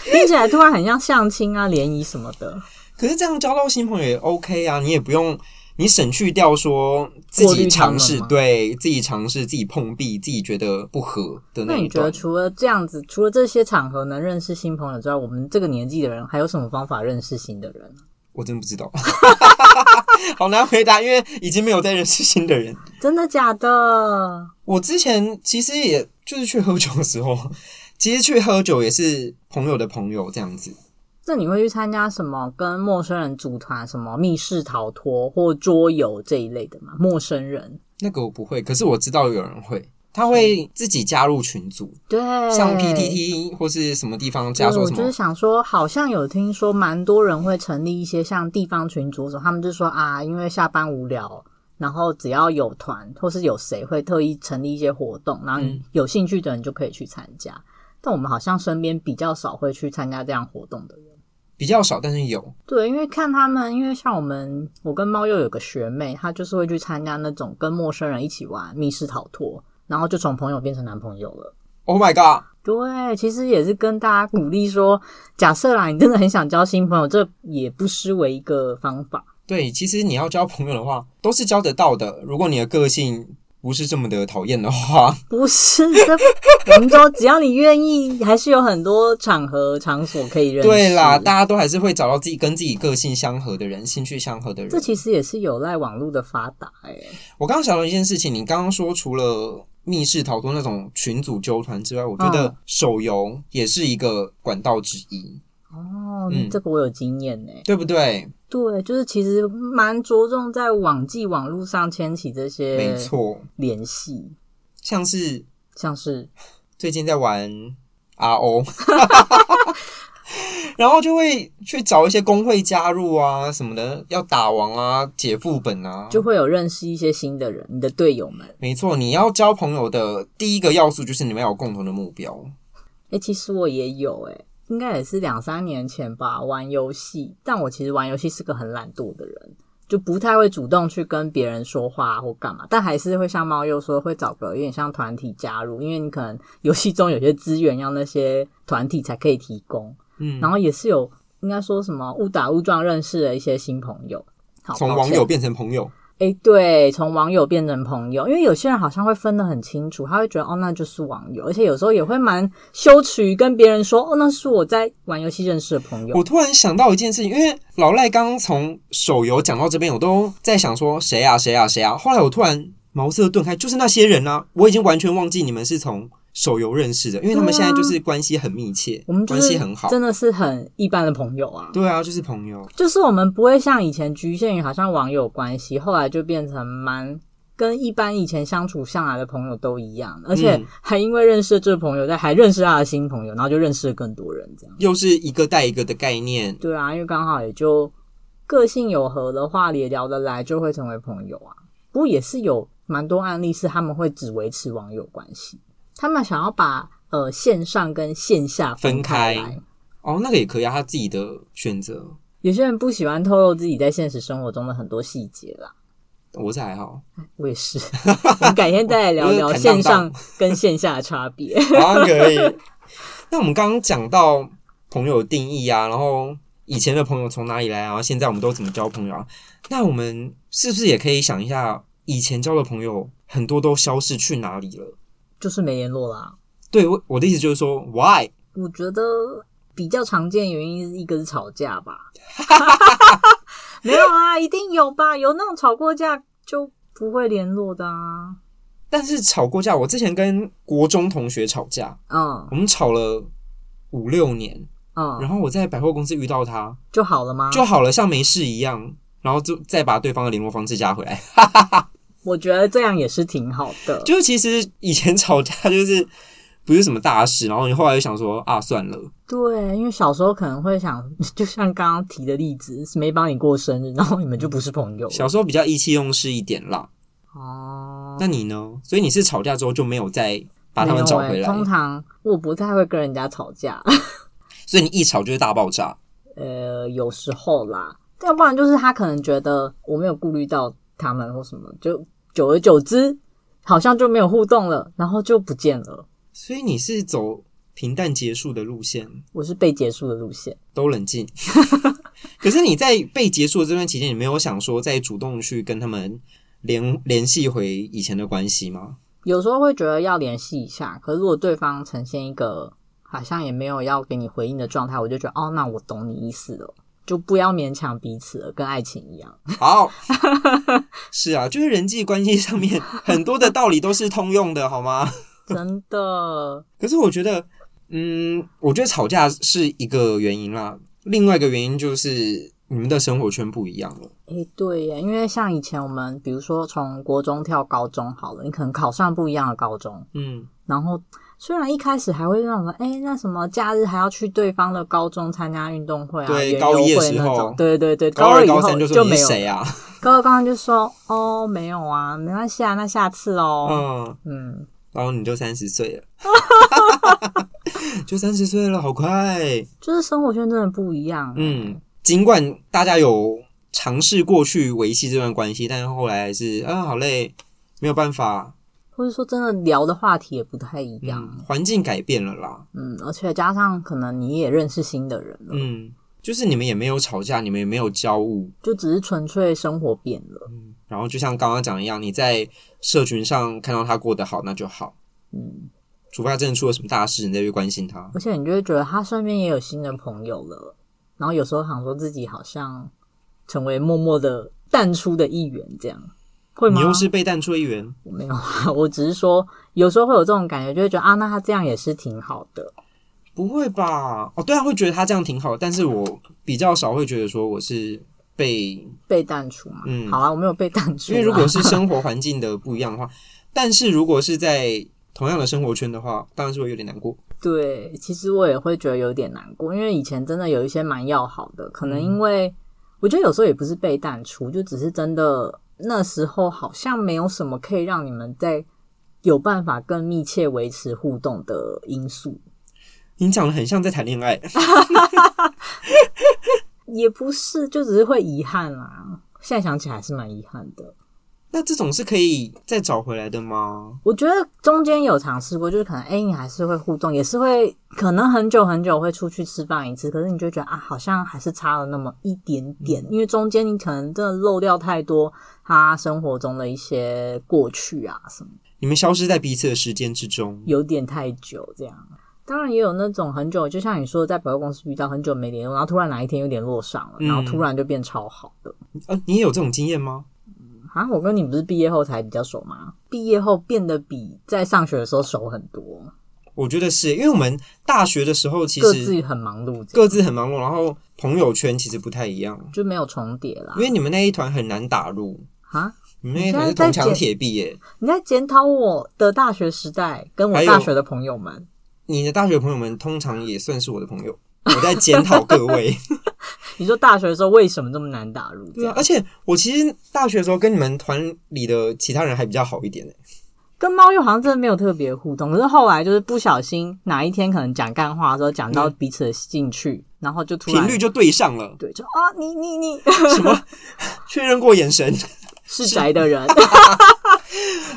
[SPEAKER 2] 听起来突然很像相亲啊、联谊什么
[SPEAKER 1] [laughs]
[SPEAKER 2] 的，
[SPEAKER 1] [laughs] 可是这样交到新朋友也 OK 啊，你也不用你省去掉说自
[SPEAKER 2] 过
[SPEAKER 1] 己
[SPEAKER 2] 滤他们
[SPEAKER 1] 尝试
[SPEAKER 2] 吗，
[SPEAKER 1] 对自己尝试、自己碰壁、自己觉得不合的
[SPEAKER 2] 那
[SPEAKER 1] 一
[SPEAKER 2] 你觉
[SPEAKER 1] 段
[SPEAKER 2] 得。除了这样子，除了这些场合能认识新朋友之外，我们这个年纪的人还有什么方法认识新的人？
[SPEAKER 1] 我真不知道， [laughs] 好难回答，因为已经没有在认识新的人。
[SPEAKER 2] 真的假的？
[SPEAKER 1] 我之前其实也就是去喝酒的时候，其实去喝酒也是朋友的朋友这样子。
[SPEAKER 2] 那你会去参加什么跟陌生人组团，什么密室逃脱或桌游这一类的吗？陌生人
[SPEAKER 1] 那个我不会，可是我知道有人会，他
[SPEAKER 2] 嗯
[SPEAKER 1] 会自己加入群组，
[SPEAKER 2] 对，
[SPEAKER 1] 像 PTT 或是什么地方加
[SPEAKER 2] 嗯对
[SPEAKER 1] 说
[SPEAKER 2] 我
[SPEAKER 1] 什
[SPEAKER 2] 就是
[SPEAKER 1] 么，
[SPEAKER 2] 想说，好像有听说蛮多人会成立一些像地方群组什么，他们就说啊，因为下班无聊，然后只要有团或是有谁会特意成立一些活动，然后你
[SPEAKER 1] 嗯
[SPEAKER 2] 有兴趣的人就可以去参加。但我们好像身边比较少会去参加这样活动的人。
[SPEAKER 1] 比较少，但是有。
[SPEAKER 2] 对，因为看他们，因为像我们，我跟猫又有个学妹，她就是会去参加那种跟陌生人一起玩密室逃脱，然后就从朋友变成男朋友了。
[SPEAKER 1] Oh my god！
[SPEAKER 2] 对，其实也是跟大家鼓励说，假设啦，你真的很想交新朋友，这也不失为一个方法。
[SPEAKER 1] 对，其实你要交朋友的话，都是交得到的。如果你的个性不是这么的讨厌的话，
[SPEAKER 2] 不是，这我们说只要你愿意，还是有很多场合场所可 [laughs] 以认识。
[SPEAKER 1] 对啦，大家都还是会找到自己跟自己个性相合的人，兴趣相合的
[SPEAKER 2] 这
[SPEAKER 1] 人。
[SPEAKER 2] 其实也是有赖网络的发达、哎，
[SPEAKER 1] 我刚刚想到一件事情，你刚刚说除了密室逃脱那种群组纠团之外，我觉
[SPEAKER 2] 嗯
[SPEAKER 1] 得手游也是一个管道之一，
[SPEAKER 2] 哦，
[SPEAKER 1] 嗯
[SPEAKER 2] 这个我有经验呢、哎
[SPEAKER 1] 对不对？
[SPEAKER 2] 对，就是其实蛮着重在网际网络上牵起这
[SPEAKER 1] 没
[SPEAKER 2] 些
[SPEAKER 1] 错，
[SPEAKER 2] 联系，
[SPEAKER 1] 像是
[SPEAKER 2] 像是
[SPEAKER 1] 最近在玩
[SPEAKER 2] [laughs]
[SPEAKER 1] RO，然后就会去找一些工会加入啊什么的，要打王啊、解副本啊，
[SPEAKER 2] 就会有认识一些新的人，你的队友们。
[SPEAKER 1] 没错，你要交朋友的第一个要素就是你们要有共同的目标。
[SPEAKER 2] 哎、其实我也有哎、应该也是两三年前吧，玩游戏。但我其实玩游戏是个很懒惰的人，就不太会主动去跟别人说话啊或干嘛，但还是会像猫又说，会找个有点像团体加入，因为你可能游戏中有些资源要那些团体才可以提供。
[SPEAKER 1] 嗯，
[SPEAKER 2] 然后也是有应该说什么误打误撞认识了一些新朋友。好
[SPEAKER 1] 从
[SPEAKER 2] 抱
[SPEAKER 1] 网
[SPEAKER 2] 歉
[SPEAKER 1] 友变成朋友，
[SPEAKER 2] 诶，对，从网友变成朋友，因为有些人好像会分得很清楚，他会觉得哦，那就是网友，而且有时候也会蛮羞耻于跟别人说哦，那是我在玩游戏认识的朋友。
[SPEAKER 1] 我突然想到一件事情，因为老赖刚刚从手游讲到这边，我都在想说谁啊谁啊谁啊。后来我突然茅塞顿开，就是那些人啊，我已经完全忘记你们是从手游认识的，因为他们
[SPEAKER 2] 对啊
[SPEAKER 1] 现在就是关系很密切，
[SPEAKER 2] 我们就
[SPEAKER 1] 关
[SPEAKER 2] 是
[SPEAKER 1] 系很好。
[SPEAKER 2] 真的是很一般的朋友啊，
[SPEAKER 1] 对啊，就是朋友。
[SPEAKER 2] 就是我们不会像以前局限于好像网友关系，后来就变成蛮跟一般以前相处向来的朋友都一样，而且
[SPEAKER 1] 嗯
[SPEAKER 2] 还因为认识了这个朋友，但还认识他的新朋友，然后就认识了更多人这样。
[SPEAKER 1] 又是一个带一个的概念，
[SPEAKER 2] 对啊，因为刚好也就个性有合的话，也聊得来，就会成为朋友啊。不过也是有蛮多案例是他们会只维持网友关系，他们想要把呃线上跟线下
[SPEAKER 1] 分
[SPEAKER 2] 开
[SPEAKER 1] 开
[SPEAKER 2] 来。
[SPEAKER 1] 哦，那个也可以啊，他自己的选择，
[SPEAKER 2] 有些人不喜欢透露自己在现实生活中的很多细节啦，
[SPEAKER 1] 我是还好。
[SPEAKER 2] 我也是。 [laughs] 我们改天再
[SPEAKER 1] [laughs]
[SPEAKER 2] 来聊聊
[SPEAKER 1] 我是坦荡
[SPEAKER 2] 线上跟线下的差别。 [laughs]
[SPEAKER 1] 好像可以。那我们刚刚讲到朋友的定义啊，然后以前的朋友从哪里来啊，然后现在我们都怎么交朋友啊？那我们是不是也可以想一下，以前交的朋友很多都消失去哪里了？
[SPEAKER 2] 就是没联络啦。
[SPEAKER 1] 对我我的意思就是说，why？
[SPEAKER 2] 我觉得比较常见的原因是一个是吵架
[SPEAKER 1] [laughs]
[SPEAKER 2] 吧，没有啊，一定有吧，有那种吵过架就不会联络的啊。
[SPEAKER 1] 但是吵过架，我之前跟国中同学吵架，
[SPEAKER 2] 嗯
[SPEAKER 1] 我们吵了五六年，然
[SPEAKER 2] 嗯，
[SPEAKER 1] 后我在百货公司遇到他
[SPEAKER 2] 就好了吗？
[SPEAKER 1] 就好了，像没事一样，然后就再把对方的联络方式加回来。
[SPEAKER 2] 我觉得这样也是挺好的。
[SPEAKER 1] 就是其实以前吵架就是不是什么大事，然后你后来就想说啊，算了，
[SPEAKER 2] 对，因为小时候可能会想，就像刚刚提的例子，是没帮你过生日，然后你们就不是朋友了
[SPEAKER 1] 小时候比较意气用事一点啦。
[SPEAKER 2] 哦。
[SPEAKER 1] 那你呢？所以你是吵架之后就没有再把他们找回
[SPEAKER 2] 没有
[SPEAKER 1] 来，
[SPEAKER 2] 欸通常我不太会跟人家吵架，
[SPEAKER 1] 所以你一吵就是大爆炸。
[SPEAKER 2] 呃，有时候啦，要不然就是他可能觉得我没有顾虑到他们或什么，就久而久之，好像就没有互动了，然后就不见了。
[SPEAKER 1] 所以你是走平淡结束的路线，
[SPEAKER 2] 我是被结束的路线，
[SPEAKER 1] 都冷静。 [laughs] 可是你在被结束的这段期间，你没有想说再主动去跟他们联联系回以前的关系吗？
[SPEAKER 2] 有时候会觉得要联系一下，可是如果对方呈现一个好像也没有要给你回应的状态，我就觉得哦，那我懂你意思了，就不要勉强彼此了，跟爱情一样。 [laughs]
[SPEAKER 1] 好，是啊，就是人际关系上面很多的道理都是通用的，好吗？
[SPEAKER 2] 真的，
[SPEAKER 1] 可是我觉得，嗯，我觉得吵架是一个原因啦，另外一个原因就是你们的生活圈不一样了。
[SPEAKER 2] 诶，对耶，因为像以前我们，比如说从国中跳高中好了，你可能考上不一样的高中，
[SPEAKER 1] 嗯，
[SPEAKER 2] 然后虽然一开始还会让我们，哎、那什么假日还要去对方的高中参加运动会啊，
[SPEAKER 1] 对
[SPEAKER 2] 园
[SPEAKER 1] 高一
[SPEAKER 2] 游
[SPEAKER 1] 的
[SPEAKER 2] 会
[SPEAKER 1] 时
[SPEAKER 2] 那
[SPEAKER 1] 候
[SPEAKER 2] 种对对对，
[SPEAKER 1] 高
[SPEAKER 2] 二
[SPEAKER 1] 二、
[SPEAKER 2] 以后
[SPEAKER 1] 高三就说
[SPEAKER 2] 就
[SPEAKER 1] 你
[SPEAKER 2] 没
[SPEAKER 1] 是
[SPEAKER 2] 有
[SPEAKER 1] 谁
[SPEAKER 2] 了，
[SPEAKER 1] 啊？
[SPEAKER 2] 高二高三就说哦没有啊，没关系啊，那下次喽，
[SPEAKER 1] 嗯，
[SPEAKER 2] 嗯，
[SPEAKER 1] 然后你就三十岁
[SPEAKER 2] [laughs]
[SPEAKER 1] 了，就三十岁了，好快。
[SPEAKER 2] 就是生活圈真的不一样，啊
[SPEAKER 1] 嗯，尽管大家有尝试过去维系这段关系，但是后来还是啊，好累，没有办法，
[SPEAKER 2] 或者说真的聊的话题也不太一样，
[SPEAKER 1] 嗯，环境改变了啦。
[SPEAKER 2] 嗯而且加上可能你也认识新的人了，
[SPEAKER 1] 嗯，就是你们也没有吵架，你们也没有交恶，
[SPEAKER 2] 就只是纯粹生活变了，
[SPEAKER 1] 然后就像刚刚讲一样，你在社群上看到他过得好，那就好。
[SPEAKER 2] 嗯。
[SPEAKER 1] 除非他真的出了什么大事，你再去关心他。
[SPEAKER 2] 而且你就会觉得他身边也有新的朋友了，然后有时候想说自己好像成为默默的淡出的一员，这样会吗
[SPEAKER 1] 你？又是被淡出一员，
[SPEAKER 2] 我没有啊， [laughs] 我只是说有时候会有这种感觉，就会觉得啊，那他这样也是挺好的。
[SPEAKER 1] 不会吧？哦，对啊，会觉得他这样挺好，但是我比较少会觉得说我是被，
[SPEAKER 2] 被淡出嘛，
[SPEAKER 1] 嗯
[SPEAKER 2] 好啊，我没有被淡出
[SPEAKER 1] 因
[SPEAKER 2] 啊，
[SPEAKER 1] 为如果是生活环境的不一样的话，但是如果是在同样的生活圈的话，当然是会有点难过。
[SPEAKER 2] 对，其实我也会觉得有点难过，因为以前真的有一些蛮要好的，可能因为、我觉得有时候也不是被淡出，就只是真的那时候好像没有什么可以让你们在有办法更密切维持互动的因素，
[SPEAKER 1] 你讲的很像在谈恋爱， [laughs]
[SPEAKER 2] 也不是，就只是会遗憾啦。现在想起来还是蛮遗憾的。
[SPEAKER 1] 那这种是可以再找回来的吗？
[SPEAKER 2] 我觉得中间有尝试过，就是可能哎、你还是会互动，也是会可能很久很久会出去吃饭一次，可是你就会觉得啊，好像还是差了那么一点点，
[SPEAKER 1] 嗯
[SPEAKER 2] 因为中间你可能真的漏掉太多他生活中的一些过去啊什么，
[SPEAKER 1] 你们消失在彼此的时间之中，
[SPEAKER 2] 有点太久这样。当然也有那种很久，就像你说的，在百货公司遇到很久没联络，然后突然哪一天有点落上了，
[SPEAKER 1] 嗯
[SPEAKER 2] 然后突然就变超好的。
[SPEAKER 1] 呃，你也有这种经验吗？
[SPEAKER 2] 啊，我跟你不是毕业后才比较熟吗？毕业后变得比在上学的时候熟很多，
[SPEAKER 1] 我觉得是因为我们大学的时候其
[SPEAKER 2] 各
[SPEAKER 1] 实
[SPEAKER 2] 自很忙碌这样，
[SPEAKER 1] 各自很忙碌，然后朋友圈其实不太一样，
[SPEAKER 2] 就没有重叠啦
[SPEAKER 1] 因。为你们那一团很难打入，
[SPEAKER 2] 啊，
[SPEAKER 1] 你们那一团是铜墙铁壁耶、
[SPEAKER 2] 你在检讨我的大学时代跟我
[SPEAKER 1] 还有
[SPEAKER 2] 大学的朋友们，
[SPEAKER 1] [laughs] 你的大学朋友们通常也算是我的朋友，我在检讨各位。
[SPEAKER 2] 你说大学的时候为什么这么难打入？这
[SPEAKER 1] 对啊
[SPEAKER 2] 样，
[SPEAKER 1] 而且我其实大学的时候跟你们团里的其他人还比较好一点呢、
[SPEAKER 2] 跟猫又好像真的没有特别互动，可是后来就是不小心哪一天可能讲干话的时候讲到彼此的兴趣，然后就突然
[SPEAKER 1] 嗯频率就对上了。
[SPEAKER 2] 对，就啊你你你
[SPEAKER 1] 什么确认过眼 [laughs] 神？
[SPEAKER 2] 是宅的人，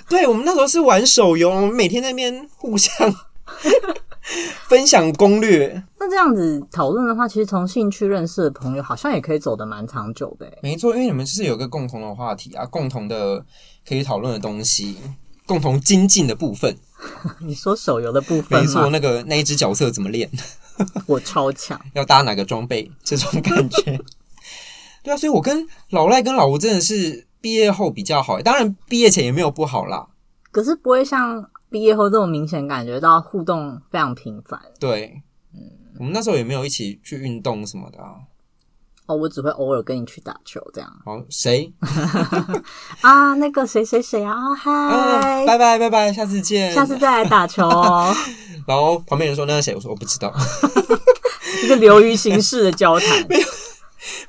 [SPEAKER 1] 对我们那时候是玩手游，我们每天在那边互相 [laughs] 分享攻略。
[SPEAKER 2] 那这样子讨论的话，其实从兴趣认识的朋友，好像也可以走得蛮长久的欸。
[SPEAKER 1] 没错，因为你们就是有个共同的话题啊，共同的可以讨论的东西，共同精进的部分。
[SPEAKER 2] 你说手游的部分
[SPEAKER 1] 没错，
[SPEAKER 2] 吗？
[SPEAKER 1] 那个那一只角色怎么练， [laughs]
[SPEAKER 2] 我超强，
[SPEAKER 1] 要搭哪个装备，这种感觉。 [laughs] 对啊，所以我跟老赖跟老吴真的是毕业后比较好，当然毕业前也没有不好啦。
[SPEAKER 2] 可是不会像毕业后这么明显感觉到互动非常频繁
[SPEAKER 1] 对，我们那时候也没有一起去运动什么的啊。
[SPEAKER 2] 哦。我只会偶尔跟你去打球这样
[SPEAKER 1] 好，谁
[SPEAKER 2] 啊，那个谁谁谁啊，啊嗨
[SPEAKER 1] 嗯，，拜拜拜拜，下次见。
[SPEAKER 2] 下次再来打球哦。
[SPEAKER 1] 然后旁边人说那是谁？我说我不知道，
[SPEAKER 2] 一个流于形式的交谈，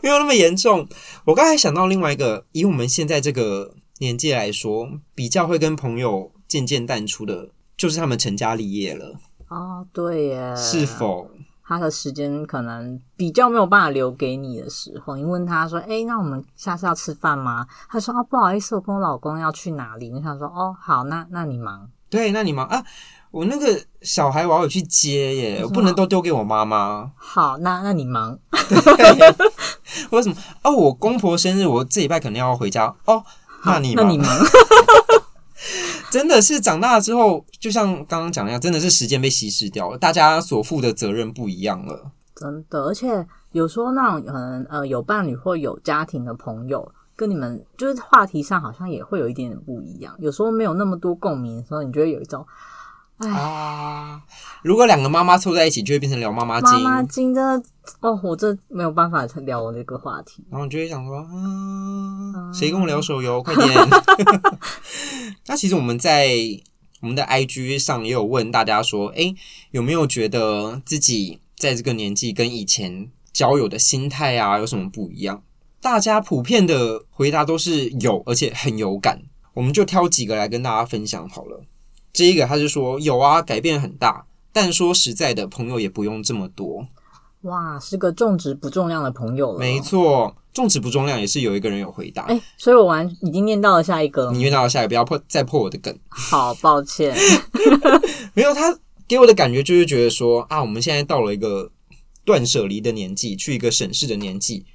[SPEAKER 1] 没有那么严重。我刚才想到另外一个，以我们现在这个年纪来说，比较会跟朋友渐渐淡出的，就是他们成家立业了，
[SPEAKER 2] 哦，对耶，
[SPEAKER 1] 是否？
[SPEAKER 2] 他的时间可能比较没有办法留给你的时候，你问他说：“哎、那我们下次要吃饭吗？”他说：“哦，不好意思，我跟我老公要去哪里。”你想说：“哦，好，那那你忙。
[SPEAKER 1] 对，那你忙啊，我那个小孩我要有去接耶，我不能都丢给我妈妈。
[SPEAKER 2] 好，那那你忙。
[SPEAKER 1] 为什么？哦，我公婆生日，我这礼拜可能要回家哦。那你
[SPEAKER 2] 那
[SPEAKER 1] 忙
[SPEAKER 2] 你忙。
[SPEAKER 1] 真的是长大了之后，就像刚刚讲的一样，真的是时间被稀释掉了，大家所负的责任不一样了。
[SPEAKER 2] 真的，而且有时候那种可能呃有伴侣或有家庭的朋友，跟你们就是话题上好像也会有一点点不一样。有时候没有那么多共鸣的时候，你就会有一种
[SPEAKER 1] 啊！如果两个妈妈凑在一起，就会变成聊妈妈
[SPEAKER 2] 妈
[SPEAKER 1] 经，
[SPEAKER 2] 妈经真的哦，我这没有办法聊我这个话题。
[SPEAKER 1] 然后你就会想说，嗯，谁跟我聊手游？快点！那其实我们在我们的 IG 上也有问大家说，诶、有没有觉得自己在这个年纪跟以前交友的心态啊有什么不一样？大家普遍的回答都是有，而且很有感。我们就挑几个来跟大家分享好了。这一个他是说有啊，改变很大，但说实在的，朋友也不用这么多。
[SPEAKER 2] 哇，是个重质不重量的朋友了。
[SPEAKER 1] 没错，重质不重量也是有一个人有回答。
[SPEAKER 2] 哎、所以我完已经念到了下一个了
[SPEAKER 1] 你。遇到下一个不要破再破我的梗。
[SPEAKER 2] 好，
[SPEAKER 1] [laughs]
[SPEAKER 2] 抱歉，
[SPEAKER 1] 没有，他给我的感觉就是觉得说啊，我们现在到了一个断舍离的年纪，去一个省事的年纪，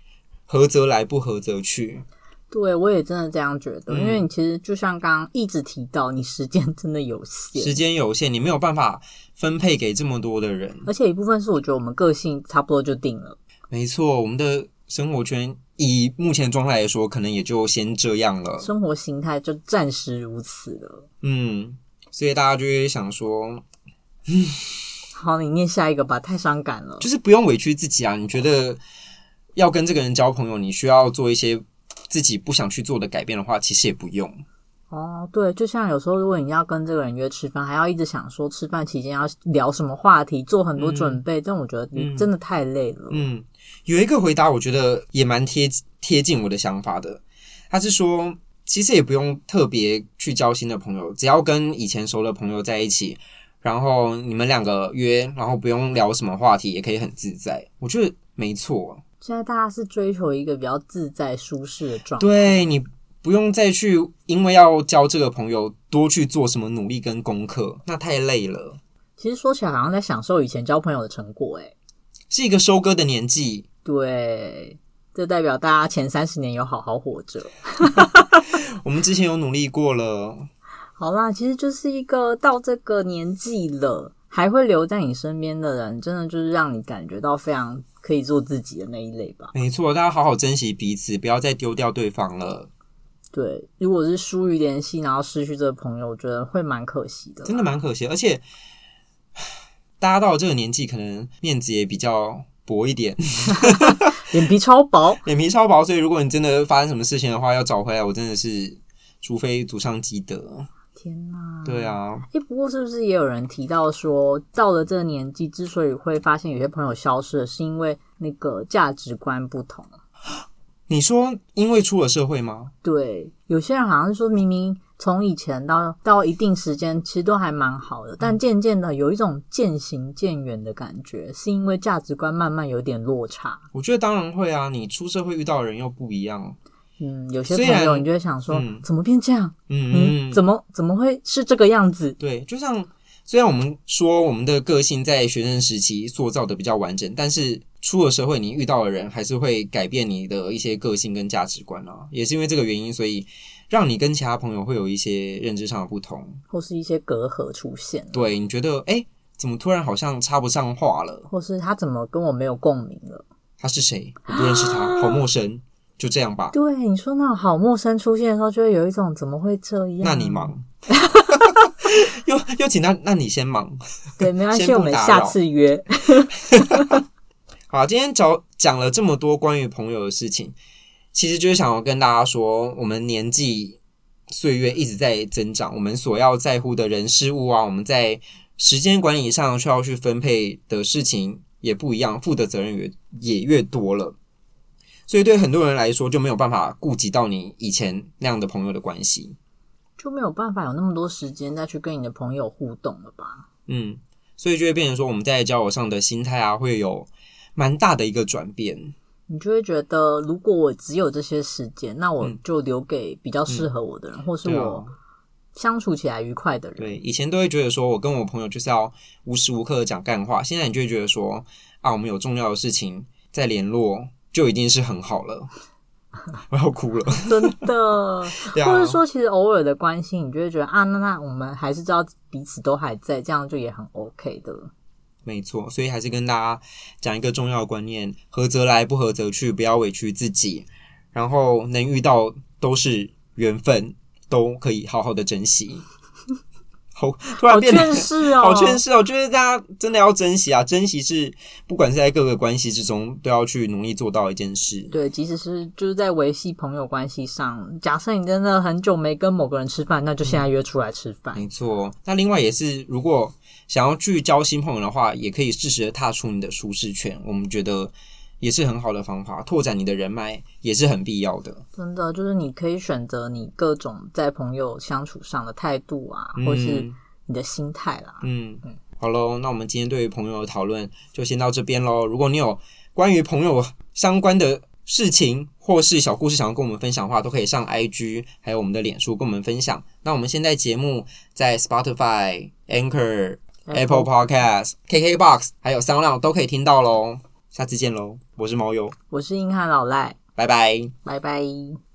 [SPEAKER 1] 合则来，不合则去。
[SPEAKER 2] 对我也真的这样觉得，
[SPEAKER 1] 嗯
[SPEAKER 2] 因为你其实就像刚刚一直提到，你时间真的有
[SPEAKER 1] 时
[SPEAKER 2] 限，
[SPEAKER 1] 间有限，你没有办法分配给这么多的人。
[SPEAKER 2] 而且一部分是我觉得我们个性差不多就定了。
[SPEAKER 1] 没错，我们的生活圈以目前状态来说，可能也就先这样了。
[SPEAKER 2] 生活形态就暂时如此了。
[SPEAKER 1] 嗯，所以大家就会想说，
[SPEAKER 2] 好，你念下一个吧，太伤感了。
[SPEAKER 1] 就是不用委屈自己啊。你觉得要跟这个人交朋友，你需要做一些自己不想去做的改变的话，其实也不用。
[SPEAKER 2] 哦，对，就像有时候如果你要跟这个人约吃饭，还要一直想说吃饭期间要聊什么话题，做很多准备，但我觉得你
[SPEAKER 1] 嗯
[SPEAKER 2] 真的太累了。
[SPEAKER 1] 嗯，有一个回答我觉得也蛮贴贴近我的想法的，他是说其实也不用特别去交新的朋友，只要跟以前熟的朋友在一起，然后你们两个约，然后不用聊什么话题，也可以很自在。我觉得没错，
[SPEAKER 2] 现在大家是追求一个比较自在舒适的状态。
[SPEAKER 1] 对你不用再去因为要交这个朋友多去做什么努力跟功课，那太累了，
[SPEAKER 2] 其实说起来，好像在享受以前交朋友的成果，哎，
[SPEAKER 1] 是一个收割的年纪。
[SPEAKER 2] 对，这代表大家前三十年有好好活着。
[SPEAKER 1] 我们之前有努力过了，
[SPEAKER 2] 好啦，其实就是一个到这个年纪了，还会留在你身边的人，真的就是让你感觉到非常可以做自己的那一类吧。
[SPEAKER 1] 没错，大家好好珍惜彼此，不要再丢掉对方了。
[SPEAKER 2] 对，如果是疏于联系，然后失去这个朋友，我觉得会蛮可惜的。
[SPEAKER 1] 真的蛮可惜，而且大家到了这个年纪，可能面子也比较薄一点， [laughs]
[SPEAKER 2] 脸皮超薄，
[SPEAKER 1] 脸皮超薄，所以如果你真的发生什么事情的话，要找回来，我真的是除非祖上积德。
[SPEAKER 2] [laughs] 天哪！
[SPEAKER 1] 对啊，
[SPEAKER 2] 诶，不过是不是也有人提到说，到了这个年纪，之所以会发现有些朋友消失了，是因为那个价值观不同。
[SPEAKER 1] 你说因为出了社会吗？
[SPEAKER 2] 对，有些人好像是说，明明从以前到到一定时间，其实都还蛮好的，
[SPEAKER 1] 嗯
[SPEAKER 2] 但渐渐的有一种渐行渐远的感觉，是因为价值观慢慢有点落差。
[SPEAKER 1] 我觉得当然会啊，你出社会遇到的人又不一样。
[SPEAKER 2] 嗯，有些
[SPEAKER 1] 虽
[SPEAKER 2] 朋
[SPEAKER 1] 然
[SPEAKER 2] 友你就会想说，
[SPEAKER 1] 嗯
[SPEAKER 2] 怎么变这样？
[SPEAKER 1] 嗯
[SPEAKER 2] 嗯，
[SPEAKER 1] 嗯，
[SPEAKER 2] 怎么怎么会是这个样子？
[SPEAKER 1] 对，就像虽然我们说我们的个性在学生时期塑造的比较完整，但是出了社会，你遇到的人还是会改变你的一些个性跟价值观啊。也是因为这个原因，所以让你跟其他朋友会有一些认知上的不同。
[SPEAKER 2] 或是一些隔阂出现，
[SPEAKER 1] 对，你觉得哎，诶怎么突然好像插不上话了？
[SPEAKER 2] 或是他怎么跟我没有共鸣了？
[SPEAKER 1] 他是谁？我不认识他，好陌生。就这样吧。
[SPEAKER 2] 对，啊你说那种好陌生出现的时候，就会有一种怎么会这样？
[SPEAKER 1] 那你？忙， [laughs] 又又请他，那你先忙。
[SPEAKER 2] 对，没关系，
[SPEAKER 1] 先
[SPEAKER 2] 我
[SPEAKER 1] 不
[SPEAKER 2] 们
[SPEAKER 1] 打
[SPEAKER 2] 下
[SPEAKER 1] 扰
[SPEAKER 2] 次约。 [laughs]
[SPEAKER 1] 好，今天讲讲了这么多关于朋友的事情，其实就是想要跟大家说，我们年纪岁月一直在增长，我们所要在乎的人事物啊，我们在时间管理上需要去分配的事情也不一样，负的责任也也越多了。所以对很多人来说，就没有办法顾及到你以前那样的朋友的关系。
[SPEAKER 2] 就没有办法有那么多时间再去跟你的朋友互动了吧？
[SPEAKER 1] 嗯，所以就会变成说，我们在交友上的心态啊，会有蛮大的一个转变。
[SPEAKER 2] 你就会觉得，如果我只有这些时间，那我
[SPEAKER 1] 嗯
[SPEAKER 2] 就留给比较适合我的人，或是
[SPEAKER 1] 对啊
[SPEAKER 2] 我相处起来愉快的人。
[SPEAKER 1] 对，以前都会觉得说我跟我朋友就是要无时无刻的讲干话，现在你就会觉得说啊，我们有重要的事情再联络，就已经是很好了。 [laughs] 我要哭了，
[SPEAKER 2] [laughs] 真的，
[SPEAKER 1] 对
[SPEAKER 2] 或
[SPEAKER 1] 啊
[SPEAKER 2] 者，说，其实偶尔的关心，你就会觉得啊，那那我们还是知道彼此都还在，这样就也很 OK 的。
[SPEAKER 1] 没错，所以还是跟大家讲一个重要的观念：合则来，不合则去，不要委屈自己。然后能遇到都是缘分，都可以好好的珍惜。 [laughs] 好，突然
[SPEAKER 2] 好
[SPEAKER 1] 变得
[SPEAKER 2] 劝世哦，
[SPEAKER 1] [laughs] 好劝世哦，就是大家真的要珍惜啊！珍惜是不管是在各个关系之中，都要去努力做到一件事。
[SPEAKER 2] 对，即使是就是在维系朋友关系上，假设你真的很久没跟某个人吃饭，那就现在
[SPEAKER 1] 嗯
[SPEAKER 2] 约出来吃饭。
[SPEAKER 1] 没错，哦那另外也是，如果想要去交新朋友的话，也可以适时的踏出你的舒适圈，我们觉得也是很好的方法，拓展你的人脉也是很必要的。
[SPEAKER 2] 真的，就是你可以选择你各种在朋友相处上的态度啊，或是
[SPEAKER 1] 嗯
[SPEAKER 2] 你的心态啦。
[SPEAKER 1] 嗯
[SPEAKER 2] 嗯，
[SPEAKER 1] 好喽，那我们今天对于朋友的讨论就先到这边喽。如果你有关于朋友相关的事情或是小故事想要跟我们分享的话，都可以上 IG 还有我们的脸书跟我们分享。那我们现在节目在 Spotify、Anchor、Apple Podcast、KKBox 还有 SoundOn 都可以听到喽。下次见喽，我是毛友，
[SPEAKER 2] 我是硬汉老赖，
[SPEAKER 1] 拜拜。
[SPEAKER 2] 拜拜。